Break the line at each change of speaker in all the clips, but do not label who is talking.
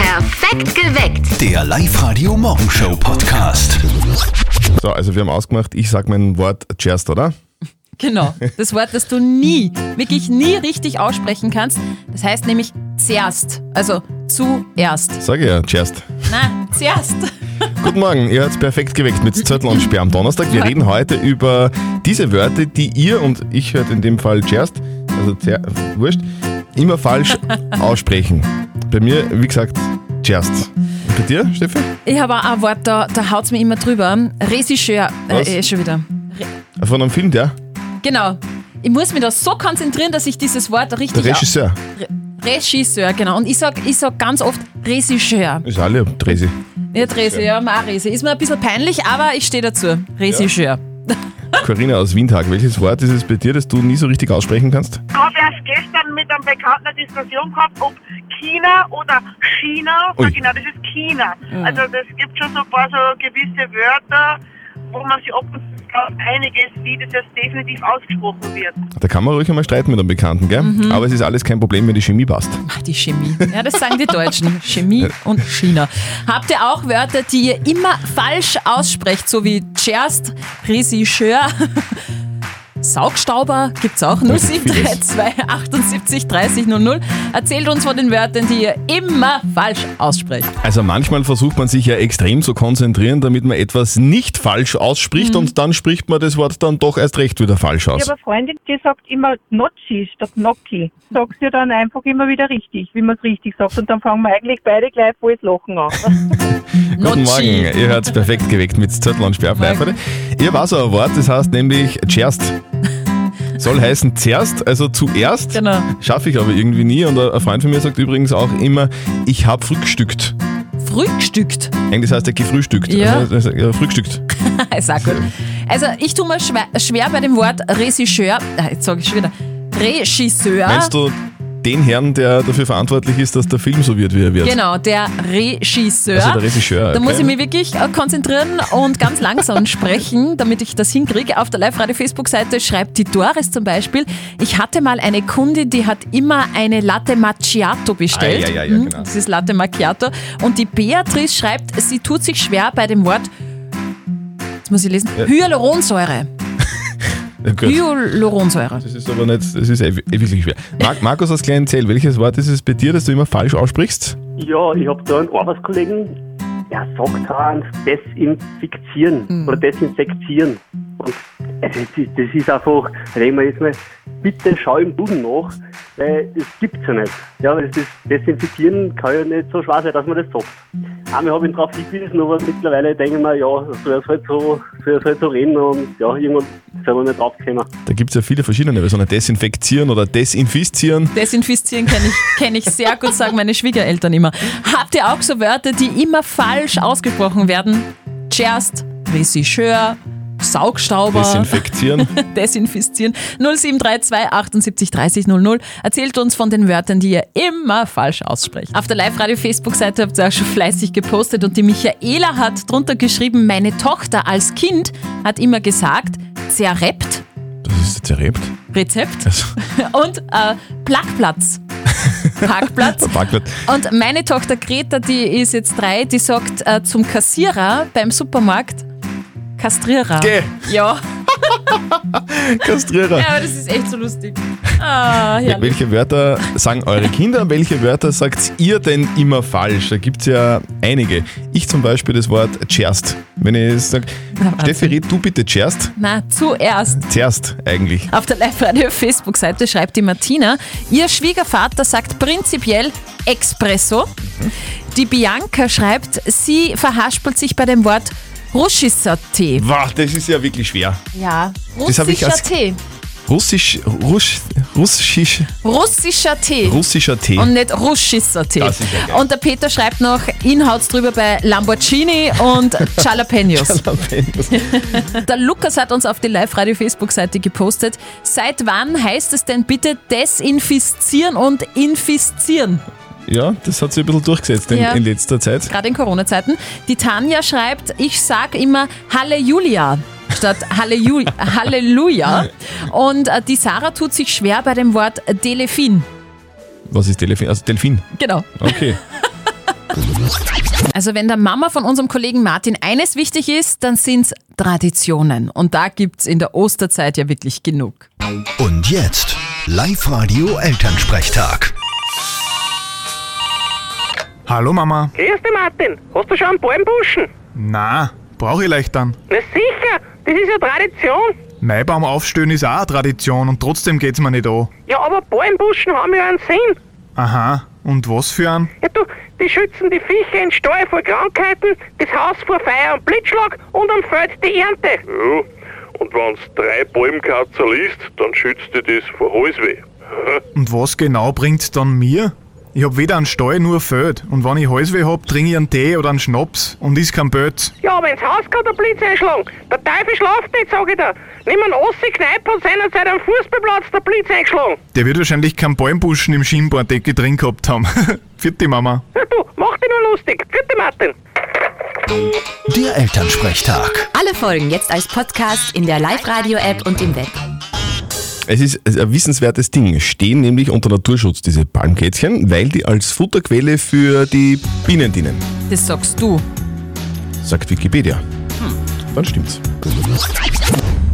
Perfekt geweckt.
Der Live-Radio Morgenshow Podcast.
So, also wir haben ausgemacht, ich sag mein Wort zuerst, oder?
Genau. Das Wort, das du nie, wirklich nie richtig aussprechen kannst. Das heißt nämlich zuerst. Also zuerst.
Sag ich ja, zuerst.
Na, zuerst.
Guten Morgen, ihr habt's perfekt geweckt mit Zettel und Sperr am Donnerstag. Wir reden heute über diese Wörter, die ihr und ich hört in dem Fall zuerst, also zer- wurscht, immer falsch aussprechen. Bei mir, wie gesagt, zuerst. Und Bei dir, Steffi?
Ich habe auch ein Wort, da, da haut es mir immer drüber. Regisseur.
Was?
Äh, äh, schon wieder.
Von einem Film, der?
Genau. Ich muss mich da so konzentrieren, dass ich dieses Wort
Der
richtig
Regisseur.
au- Regisseur, genau. Und ich sag, ich sag ganz oft Regisseur.
Ist alle Dresi.
Nicht Resi, ja, mach Resi. Ist mir ein bisschen peinlich, aber ich stehe dazu. Regisseur.
Corinna aus Windhag, welches Wort ist es bei dir, das du nie so richtig aussprechen kannst?
Ich habe erst gestern mit einem Bekannten eine Diskussion gehabt, ob China oder China,
Ui.
genau, das ist China. Also das gibt schon so ein paar so gewisse Wörter, wo man sich ab und zu drauf einig ist, wie das jetzt definitiv ausgesprochen wird.
Da kann man ruhig einmal streiten mit einem Bekannten, gell? Aber es ist alles kein Problem, wenn die Chemie passt.
Ach, die Chemie. Ja, das sagen die Deutschen. Chemie und China. Habt ihr auch Wörter, die ihr immer falsch aussprecht, so wie Gerst, Regisseur, Saugstauber gibt's auch
ist vieles.
0732 78 30 00. Erzählt uns von den Wörtern, die ihr immer falsch aussprecht.
Also manchmal versucht man sich ja extrem zu konzentrieren, damit man etwas nicht falsch ausspricht
Mhm.
und dann spricht man das Wort dann doch erst recht wieder falsch
Ich
aus.
habe eine Freundin, die sagt immer Nocci statt Gnocchi. Sagt sie dann einfach immer wieder richtig, wie man es richtig sagt. Und dann fangen wir eigentlich beide gleich volles Lachen an.
Guten
Nocci.
Morgen, ihr hört's perfekt geweckt mit Zettel und Sperr auf live heute. Ihr war so ein Wort, das heißt nämlich Zerst. Soll heißen zerst, also zuerst.
Genau.
Schaffe ich aber irgendwie nie. Und ein Freund von mir sagt übrigens auch immer, ich habe frühstückt.
Frühstückt.
Eigentlich heißt er gefrühstückt.
Ja.
Also, also, ja, frühstückt.
Ist auch gut. Also ich tue mir schwer, schwer bei dem Wort Regisseur. Ah, Jetzt sage ich schon wieder. Regisseur.
Meinst du den Herrn, der dafür verantwortlich ist, dass der Film so wird, wie er wird?
Genau, der Regisseur.
Also der Regisseur,
Da
okay.
muss ich mich wirklich äh, konzentrieren und ganz langsam sprechen, damit ich das hinkriege. Auf der Live-Radio-Facebook-Seite schreibt die Doris zum Beispiel, ich hatte mal eine Kundin, die hat immer eine Latte Macchiato bestellt.
Ah, ja, ja, ja,
Mhm,
genau.
Das ist Latte Macchiato. Und die Beatrice schreibt, sie tut sich schwer bei dem Wort, jetzt muss ich lesen,
Ja.
Hyaluronsäure.
Ja, gut.
Hyaluronsäure.
Das ist aber nicht, das ist eh- eh wirklich schwer. Mar Markus aus Kleinzell, welches Wort ist es bei dir, das du immer falsch aussprichst?
Ja, ich habe da einen Arbeitskollegen, der sagt dann desinfizieren oder desinfektieren. Und also das ist- das ist einfach, reden wir jetzt mal, bitte schau im Boden nach, weil das gibt's ja nicht. Ja, weil das Desinfizieren kann ja nicht so schwer sein, dass man das sagt. Einmal habe ich ihn drauf hingewiesen, aber mittlerweile denke ich mir, ja, soll er es halt so, soll er es halt so reden und ja, irgendwann soll man nicht draufkommen.
Da gibt es ja viele verschiedene Versionen. Desinfektieren oder Desinfizieren.
Desinfizieren kenne ich, kenn ich sehr gut, sagen meine Schwiegereltern immer. Habt ihr auch so Wörter, die immer falsch ausgesprochen werden? Gerst, Regisseur, Saugstauber,
Desinfektieren.
Desinfizieren. 0732 78 30 00. Erzählt uns von den Wörtern, die ihr immer falsch aussprecht. Auf der Live-Radio-Facebook-Seite habt ihr auch schon fleißig gepostet und die Michaela hat drunter geschrieben, meine Tochter als Kind hat immer gesagt, Zerrept,
Das ist zerrebt.
Rezept
Also,
und äh, Plagplatz. Parkplatz.
Backblatt.
Und meine Tochter Greta, die ist jetzt drei, die sagt äh, zum Kassierer beim Supermarkt Kastrierer.
Geh,
Ja.
Kastrierer.
ja, aber das ist echt so lustig.
Ja,
Ah, herrlich.
welche Wörter sagen eure Kinder und welche Wörter sagt ihr denn immer falsch? Da gibt es ja einige. Ich zum Beispiel das Wort Zerst. Wenn ich sage, Steffi, red du bitte Zerst.
Na, zuerst.
Zerst eigentlich.
Auf der Live-Radio-Facebook-Seite schreibt die Martina, ihr Schwiegervater sagt prinzipiell Espresso. Die Bianca schreibt, sie verhaspelt sich bei dem Wort russischer Tee.
Wow, das ist ja wirklich schwer.
Ja,
Das hab ich
russischer
als-
Tee.
Russisch, Rusch, russisch,
Russischer Tee.
russischer Tee.
Und nicht russischer Tee.
Das ist ja geil.
und der Peter schreibt noch, ihn haut's drüber bei Lamborghini und Jalapenos. der Lukas hat uns auf die Live-Radio-Facebook-Seite gepostet. Seit wann heißt es denn bitte desinfizieren und infizieren?
Ja, das hat sich ein bisschen durchgesetzt in,
Ja.
in letzter Zeit.
Gerade in Corona-Zeiten. Die Tanja schreibt, ich sag immer Halle Julia statt Halleju- Halleluja. Und äh, die Sarah tut sich schwer bei dem Wort Delefin.
Was ist Delfin? Also Delfin.
Genau.
Okay.
Also wenn der Mama von unserem Kollegen Martin eines wichtig ist, dann sind's Traditionen. Und da gibt's in der Osterzeit ja wirklich genug.
Und jetzt Live-Radio Elternsprechtag.
Hallo Mama.
Grüß dich, Martin. Hast du schon einen Baum buschen?
Na, brauche ich leicht dann.
Na sicher, das ist ja Tradition.
Maibaum aufstehen ist auch eine Tradition und trotzdem geht's mir nicht an.
Ja, aber Bäumbuschen haben ja einen Sinn.
Aha, und was für ein?
Ja, du, die schützen die Viecher in Steuer vor Krankheiten, das Haus vor Feuer und Blitzschlag und dann fällt die Ernte.
Ja, und wenn's drei Bäumkatzer liest, dann schützt dich das vor Halsweh.
Und was genau bringt's dann mir? Ich hab weder einen Stall nur ein Feld und wenn ich Halsweh hab, trinke ich einen Tee oder einen Schnaps und is kein Bötz.
Ja, aber ins Haus kann der Blitz einschlagen. Der Teufel schlaft nicht, sag ich dir. Nimm einen Ossi-Kneipp hat seinerzeit am Fußballplatz der Blitz eh eingeschlagen.
Der wird wahrscheinlich keinen Bäumbuschen im Schienbordecke drin gehabt haben. Vierte Mama.
Na du, mach dich nur lustig. Bitte, Martin.
Der Elternsprechtag.
Alle Folgen jetzt als Podcast in der Live-Radio-App und im Web.
Es ist ein wissenswertes Ding. Stehen nämlich unter Naturschutz diese Palmkätzchen, weil die als Futterquelle für die Bienen dienen,
Das sagst du.
sagt Wikipedia.
Hm.
Dann stimmt's.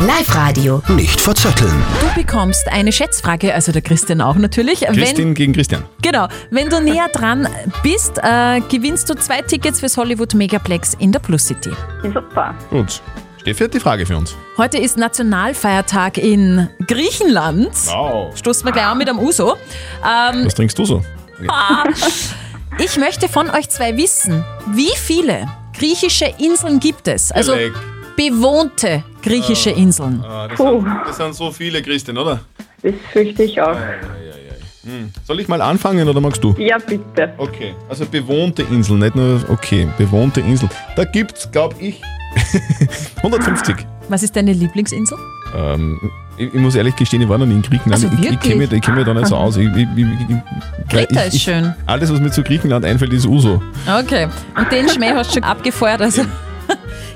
Live-Radio.
Nicht verzetteln.
Du bekommst eine Schätzfrage, also der Christian auch natürlich.
Christin gegen Christian.
Wenn, genau. Wenn du näher dran bist, äh, gewinnst du zwei Tickets fürs Hollywood Megaplex in der Plus City.
Super.
Gut. Steffi hat die Frage für uns.
Heute ist Nationalfeiertag in Griechenland.
Wow.
Stoßen wir gleich an mit am Uso. Ähm,
Was trinkst du so?
Ich möchte von euch zwei wissen, wie viele griechische Inseln gibt es? Also
Leck.
bewohnte
Ah,
griechische Inseln.
Das,
Puh.
sind so viele, Christin, oder?
Das fürchte ich auch.
Soll ich mal anfangen oder magst du?
Ja, bitte.
Okay, also bewohnte Inseln, nicht nur okay, bewohnte Inseln. Da gibt's, glaube ich, 150.
Was ist deine Lieblingsinsel?
Ähm, ich, ich muss ehrlich gestehen, ich war noch nie in Griechenland.
Also
ich ich kenne mich, ich kenn mich da nicht so aus. Ich, ich, ich, ich,
Kreta
ich,
ist schön.
Alles, was mir zu Griechenland einfällt, ist Uso.
Okay. Und den Schmäh hast du schon abgefeuert. Also.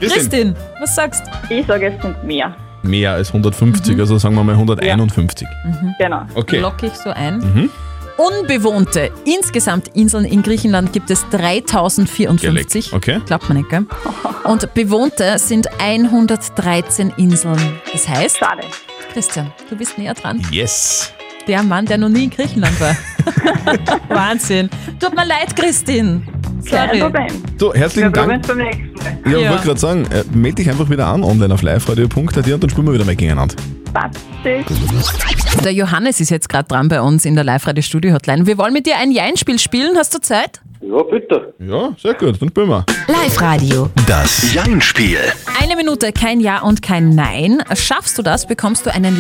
Christin, was sagst du?
Ich sage, es sind mehr.
Mehr als 150, also sagen wir mal 151.
Genau.
Okay.
Mhm.
Mhm.
Lock ich so ein. Unbewohnte, insgesamt Inseln in Griechenland gibt es 3054.
Gelegt. Okay.
Glaubt man nicht, gell? Und bewohnte sind 113 Inseln. Das heißt,
Schade.
Christian, du bist näher dran.
Yes.
Der Mann, der noch nie in Griechenland war. Wahnsinn. Tut mir leid, Christin.
Kein
Sorry.
Problem.
So,
Wir
herzlichen
probieren
Dank.
es beim nächsten Mal.
Ja, ich
Ja.
wollte gerade sagen, äh, melde dich einfach wieder an online auf liveradio.at und dann spielen wir wieder mal gegeneinander.
Passt. Tschüss.
Der Johannes ist jetzt gerade dran bei uns in der Live-Radio-Studio-Hotline. Wir wollen mit dir ein Jein-Spiel spielen. Hast du Zeit?
Ja, bitte.
Ja, sehr gut, dann spielen wir.
Live-Radio.
Das Jein-Spiel.
Eine Minute, kein Ja und kein Nein. Schaffst du das, bekommst du einen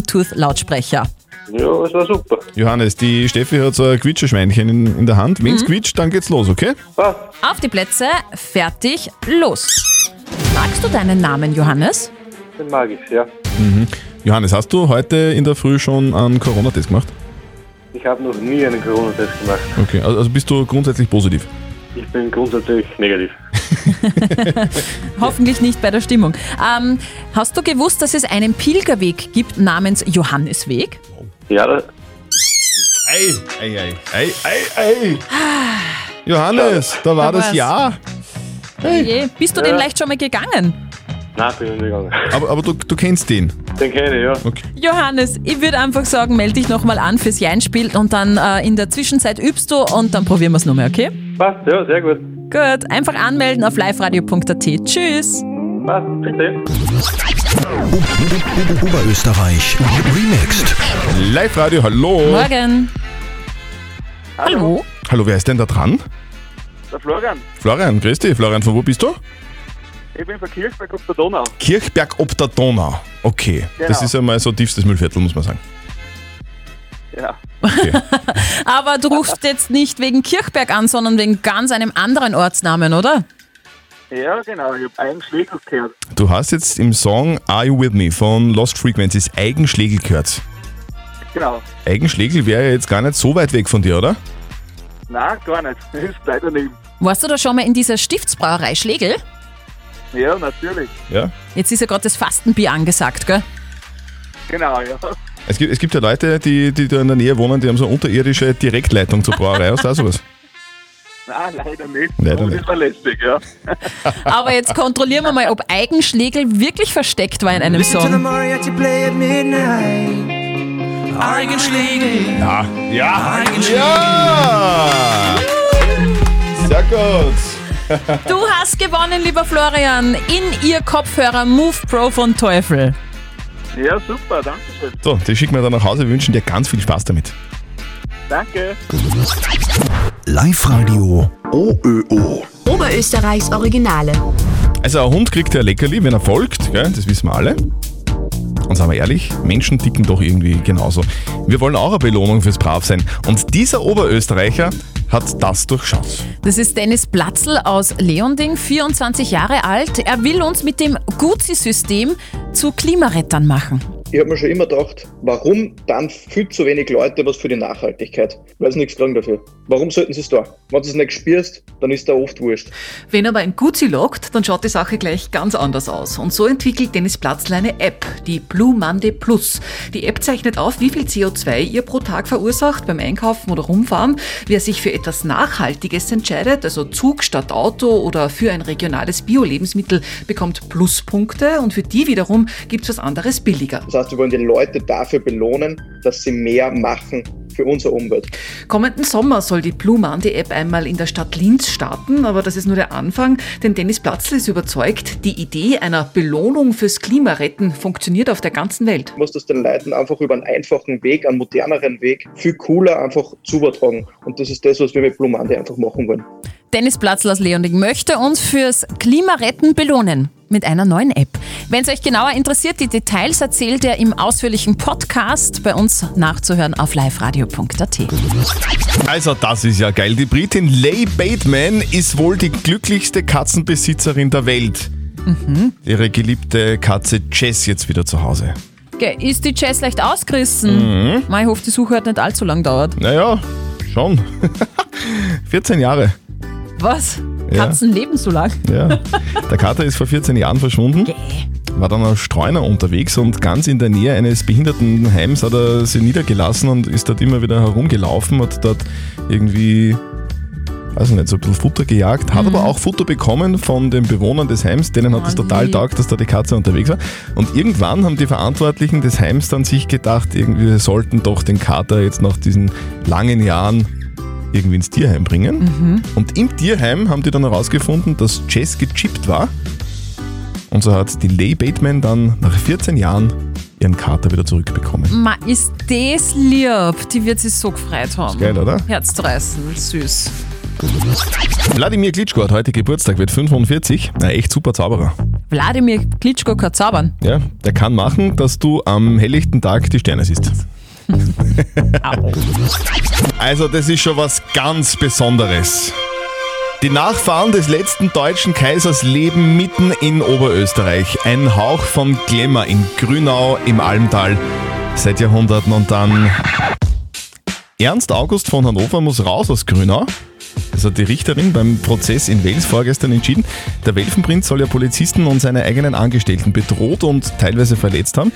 Live-Radio-Bluetooth-Lautsprecher.
Ja, das war super.
Johannes, die Steffi hat so ein Quitscheschweinchen in, in der Hand.
Mhm.
Wenn's quietscht, dann geht's los, okay?
Passt.
Auf die Plätze, fertig, los. Magst du deinen Namen, Johannes?
Den mag ich, ja.
Johannes, hast du heute in der Früh schon einen Corona-Test gemacht?
Ich habe noch nie einen Corona-Test gemacht.
Okay, also also bist du grundsätzlich positiv?
Ich bin grundsätzlich negativ.
Hoffentlich nicht bei der Stimmung. Ähm, hast du gewusst, dass es einen Pilgerweg gibt namens Johannesweg?
Ja, da,
Ei, ei, ei, ei, ei, ei. Johannes, da war
Ah, Da
das
war's.
Ja.
Je, bist du den leicht schon mal gegangen?
nein, bin ich nicht gegangen.
Aber, aber du, du kennst den.
Den kenne ich, ja.
Johannes, ich würde einfach sagen, melde dich nochmal an fürs Jeinspiel und dann äh, in der Zwischenzeit übst du und dann probieren wir es nochmal, okay?
Passt, ja, sehr gut.
Gut, einfach anmelden auf liveradio.at. Tschüss!
Passt, bitte.
Oberösterreich. Remixed.
Live-Radio, hallo.
Morgen! Hallo?
Hallo, wer ist denn da dran?
Der Florian,
Florian, grüß dich. Florian, von wo bist du?
ich bin von Kirchberg auf der Donau.
Kirchberg ob der Donau. Okay, das
Genau.
ist einmal so tiefstes Müllviertel, muss man sagen.
Ja.
Aber du rufst jetzt nicht wegen Kirchberg an, sondern wegen ganz einem anderen Ortsnamen, oder?
Ja, genau, ich habe einen Schlägel gehört.
Du hast jetzt im Song Are You With Me von Lost Frequencies Eigenschlägel gehört.
Genau.
Eigenschlägel wäre ja jetzt gar nicht so weit weg von dir, oder?
Nein, gar nicht. Das ist leider daneben.
Warst du da schon mal in dieser Stiftsbrauerei Schlegel?
Ja, natürlich.
Ja.
Jetzt ist ja gerade das Fastenbier angesagt, gell?
Genau, ja.
Es gibt, es gibt ja Leute, die, die da in der Nähe wohnen, die haben so eine unterirdische Direktleitung zur Brauerei. Hast du auch sowas?
Nein, Ah, leider nicht.
Leider
Aber
nicht.
das war lästig, ja.
Aber jetzt kontrollieren wir mal, ob Eigenschlägel wirklich versteckt war in einem Song.
Eigenschläge.
Ja. Ja. Ja. Sehr gut.
Du hast gewonnen, lieber Florian, in ihr Kopfhörer Move Pro von Teufel.
Ja, super, danke schön.
So, die schicken wir dann nach Hause. Wir wünschen dir ganz viel Spaß damit.
Danke.
Live-Radio OÖO.
Oberösterreichs Originale.
Also ein Hund kriegt ja ein Leckerli, wenn er folgt, gell? das wissen wir alle. Und sagen wir ehrlich, Menschen ticken doch irgendwie genauso. Wir wollen auch eine Belohnung fürs Bravsein. Und dieser Oberösterreicher hat das durchschaut.
Das ist Dennis Platzl aus Leonding, 24 Jahre alt. Er will uns mit dem Guzi-System zu Klimarettern machen.
Ich habe mir schon immer gedacht, warum dann viel zu wenig Leute was für die Nachhaltigkeit? Weil sie nichts kriegen dafür. Warum sollten sie es da? Wenn du es nicht spürst, dann ist da oft wurscht.
Wenn aber ein Guzi lockt, dann schaut die Sache gleich ganz anders aus. Und so entwickelt Dennis Platzl eine App, die Blue Monday Plus. Die App zeichnet auf, wie viel CO2 ihr pro Tag verursacht beim Einkaufen oder Rumfahren. Wer sich für etwas Nachhaltiges entscheidet, also Zug statt Auto oder für ein regionales Bio-Lebensmittel, bekommt Pluspunkte und für die wiederum gibt's was anderes billiger.
Das heißt, wir wollen die Leute dafür belohnen, dass sie mehr machen für unsere Umwelt.
Kommenden Sommer soll die Blue Monday App einmal in der Stadt Linz starten, aber das ist nur der Anfang, denn Dennis Platzl ist überzeugt, die Idee einer Belohnung fürs Klimaretten funktioniert auf der ganzen Welt.
Du musst es den Leuten einfach über einen einfachen Weg, einen moderneren Weg, viel cooler einfach zuübertragen. Und das ist das, was wir mit Blue Monday einfach machen wollen.
Dennis Platzl aus Leonding möchte uns fürs Klimaretten belohnen mit einer neuen App. Wenn es euch genauer interessiert, die Details erzählt er im ausführlichen Podcast bei uns nachzuhören auf liveradio.at.
Also das ist ja geil. Die Britin Leigh Bateman ist wohl die glücklichste Katzenbesitzerin der Welt. Ihre geliebte Katze Jess jetzt wieder zu Hause.
Gell, Ist die Jazz leicht ausgerissen?
Mhm.
Mein Hof, die Suche hat nicht allzu lang dauert.
Naja, schon. 14 Jahre.
Was?
Ja.
Katzen leben so lang?
Ja. Der Kater ist vor 14 Jahren verschwunden. War dann als Streuner unterwegs und ganz in der Nähe eines Behindertenheims hat er sie niedergelassen und ist dort immer wieder herumgelaufen, hat dort irgendwie, weiß ich nicht, so ein bisschen Futter gejagt, hat aber auch Futter bekommen von den Bewohnern des Heims, denen hat es total taugt, dass da die Katze unterwegs war. Und irgendwann haben die Verantwortlichen des Heims dann sich gedacht, irgendwie wir sollten doch den Kater jetzt nach diesen langen Jahren irgendwie ins Tierheim bringen. Und im Tierheim haben die dann herausgefunden, dass Jess gechippt war. Und so hat die Leigh Bateman dann nach 14 Jahren ihren Kater wieder zurückbekommen.
Ma, ist das lieb? Die wird sich so gefreut haben.
Ist geil, oder?
Herzzerreißend, süß.
Wladimir Klitschko hat heute Geburtstag, wird 45. Na, echt super Zauberer.
Wladimir Klitschko kann zaubern.
Ja, der kann machen, dass du am helllichten Tag die Sterne siehst. also, das ist schon was ganz Besonderes. Die Nachfahren des letzten deutschen Kaisers leben mitten in Oberösterreich. Ein Hauch von Glamour in Grünau im Almtal seit Jahrhunderten und dann. Ernst August von Hannover muss raus aus Grünau. Das hat die Richterin beim Prozess in Wales vorgestern entschieden. Der Welfenprinz soll ja Polizisten und seine eigenen Angestellten bedroht und teilweise verletzt haben.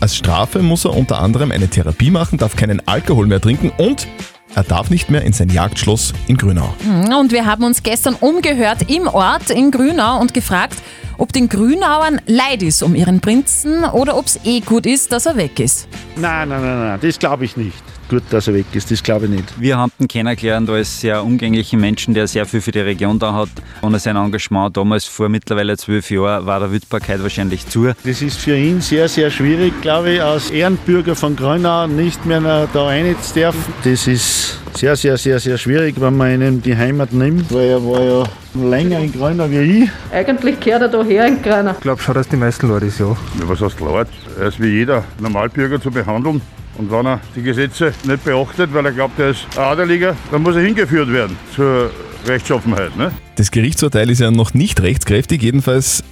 Als Strafe muss er unter anderem eine Therapie machen, darf keinen Alkohol mehr trinken und er darf nicht mehr in sein Jagdschloss in Grünau.
Und wir haben uns gestern umgehört im Ort in Grünau und gefragt, ob den Grünauern leid ist um ihren Prinzen oder ob es eh gut ist, dass er weg ist.
Nein, nein, nein, nein, das glaube ich nicht. Gut, dass er weg ist, das glaube ich nicht.
Wir haben ihn kennengelernt als sehr umgänglichen Menschen, der sehr viel für die Region da hat. Ohne sein Engagement damals vor mittlerweile zwölf Jahren war der Wildbarkeit wahrscheinlich zu.
Das ist für ihn sehr, sehr schwierig, glaube ich, als Ehrenbürger von Grönau nicht mehr nach- da rein zu dürfen. Das ist sehr, sehr, sehr, sehr schwierig, wenn man ihnen die Heimat nimmt, weil er war ja länger in Grönau wie ich.
Eigentlich gehört er da her in Grönau.
Ich glaube schon, dass die meisten Leute es ja. Was heißt laut? Er ist wie jeder Normalbürger zu behandeln. Und wenn er die Gesetze nicht beachtet, weil er glaubt, er ist ein Adeliger, dann muss er hingeführt werden zur Rechtschaffenheit. Ne?
Das Gerichtsurteil ist ja noch nicht rechtskräftig, jedenfalls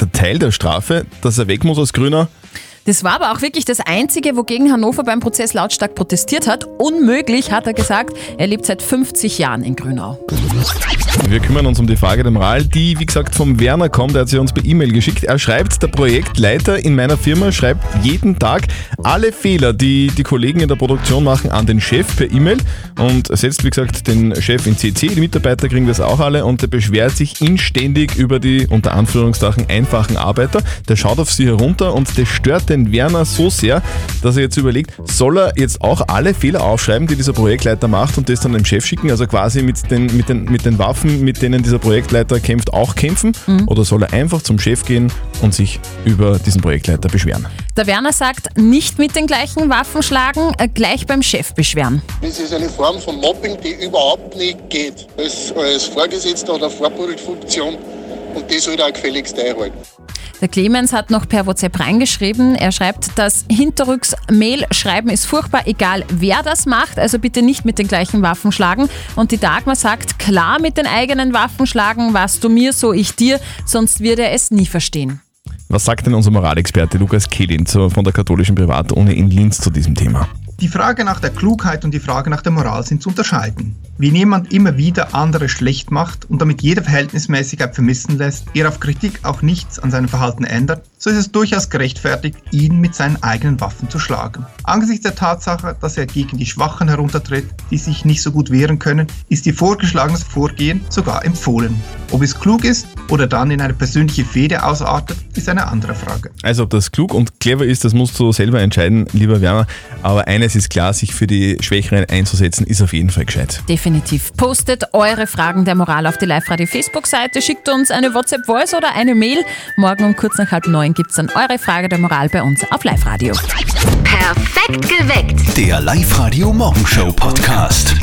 der Teil der Strafe, dass er weg muss aus Grünau.
Das war aber auch wirklich das Einzige, wogegen Hannover beim Prozess lautstark protestiert hat. Unmöglich, hat er gesagt. Er lebt seit 50 Jahren in Grünau.
Wir kümmern uns um die Frage der Moral, die wie gesagt vom Werner kommt. Er hat sie uns per E-Mail geschickt. Er schreibt, der Projektleiter in meiner Firma schreibt jeden Tag alle Fehler, die die Kollegen in der Produktion machen, an den Chef per E-Mail und setzt wie gesagt den Chef in CC. Die Mitarbeiter kriegen das auch alle und der beschwert sich inständig über die unter Anführungszeichen einfachen Arbeiter. Der schaut auf sie herunter und das stört den Werner so sehr, dass er jetzt überlegt, soll er jetzt auch alle Fehler aufschreiben, die dieser Projektleiter macht und das dann dem Chef schicken, also quasi mit den, mit den, mit den Waffen, mit denen dieser Projektleiter kämpft, auch kämpfen?
Mhm.
Oder soll er einfach zum Chef gehen und sich über diesen Projektleiter beschweren?
Der Werner sagt, nicht mit den gleichen Waffen schlagen, äh, gleich beim Chef beschweren.
Das ist eine Form von Mobbing, die überhaupt nicht geht. Als, als Vorgesetzter oder Vorbildfunktion. Und die sollte auch gefälligst einhalten.
Der Clemens hat noch per WhatsApp reingeschrieben. Er schreibt, dass hinterrücks Mail schreiben ist furchtbar, egal wer das macht. Also bitte nicht mit den gleichen Waffen schlagen. Und die Dagmar sagt, klar mit den eigenen Waffen schlagen, was du mir, so ich dir, sonst wird er es nie verstehen.
Was sagt denn unser Moralexperte Lukas Kehlin zu- von der katholischen Privatuni in Linz zu diesem Thema?
Die Frage nach der Klugheit und die Frage nach der Moral sind zu unterscheiden. Wenn jemand immer wieder andere schlecht macht und damit jede Verhältnismäßigkeit vermissen lässt, er auf Kritik auch nichts an seinem Verhalten ändert, so ist es durchaus gerechtfertigt, ihn mit seinen eigenen Waffen zu schlagen. Angesichts der Tatsache, dass er gegen die Schwachen heruntertritt, die sich nicht so gut wehren können, ist die vorgeschlagene Vorgehen sogar empfohlen. Ob es klug ist oder dann in eine persönliche Fehde ausartet, ist eine andere Frage.
Also ob das klug und clever ist, das musst du selber entscheiden, lieber Werner. Aber eines ist klar, sich für die Schwächeren einzusetzen, ist auf jeden Fall gescheit.
Definitiv. Postet eure Fragen der Moral auf die Live-Radio Facebook-Seite, schickt uns eine WhatsApp-Voice oder eine Mail. Morgen um kurz nach halb neun gibt es dann eure Frage der Moral bei uns auf Live-Radio.
Perfekt geweckt.
Der Live-Radio Morgenshow Podcast.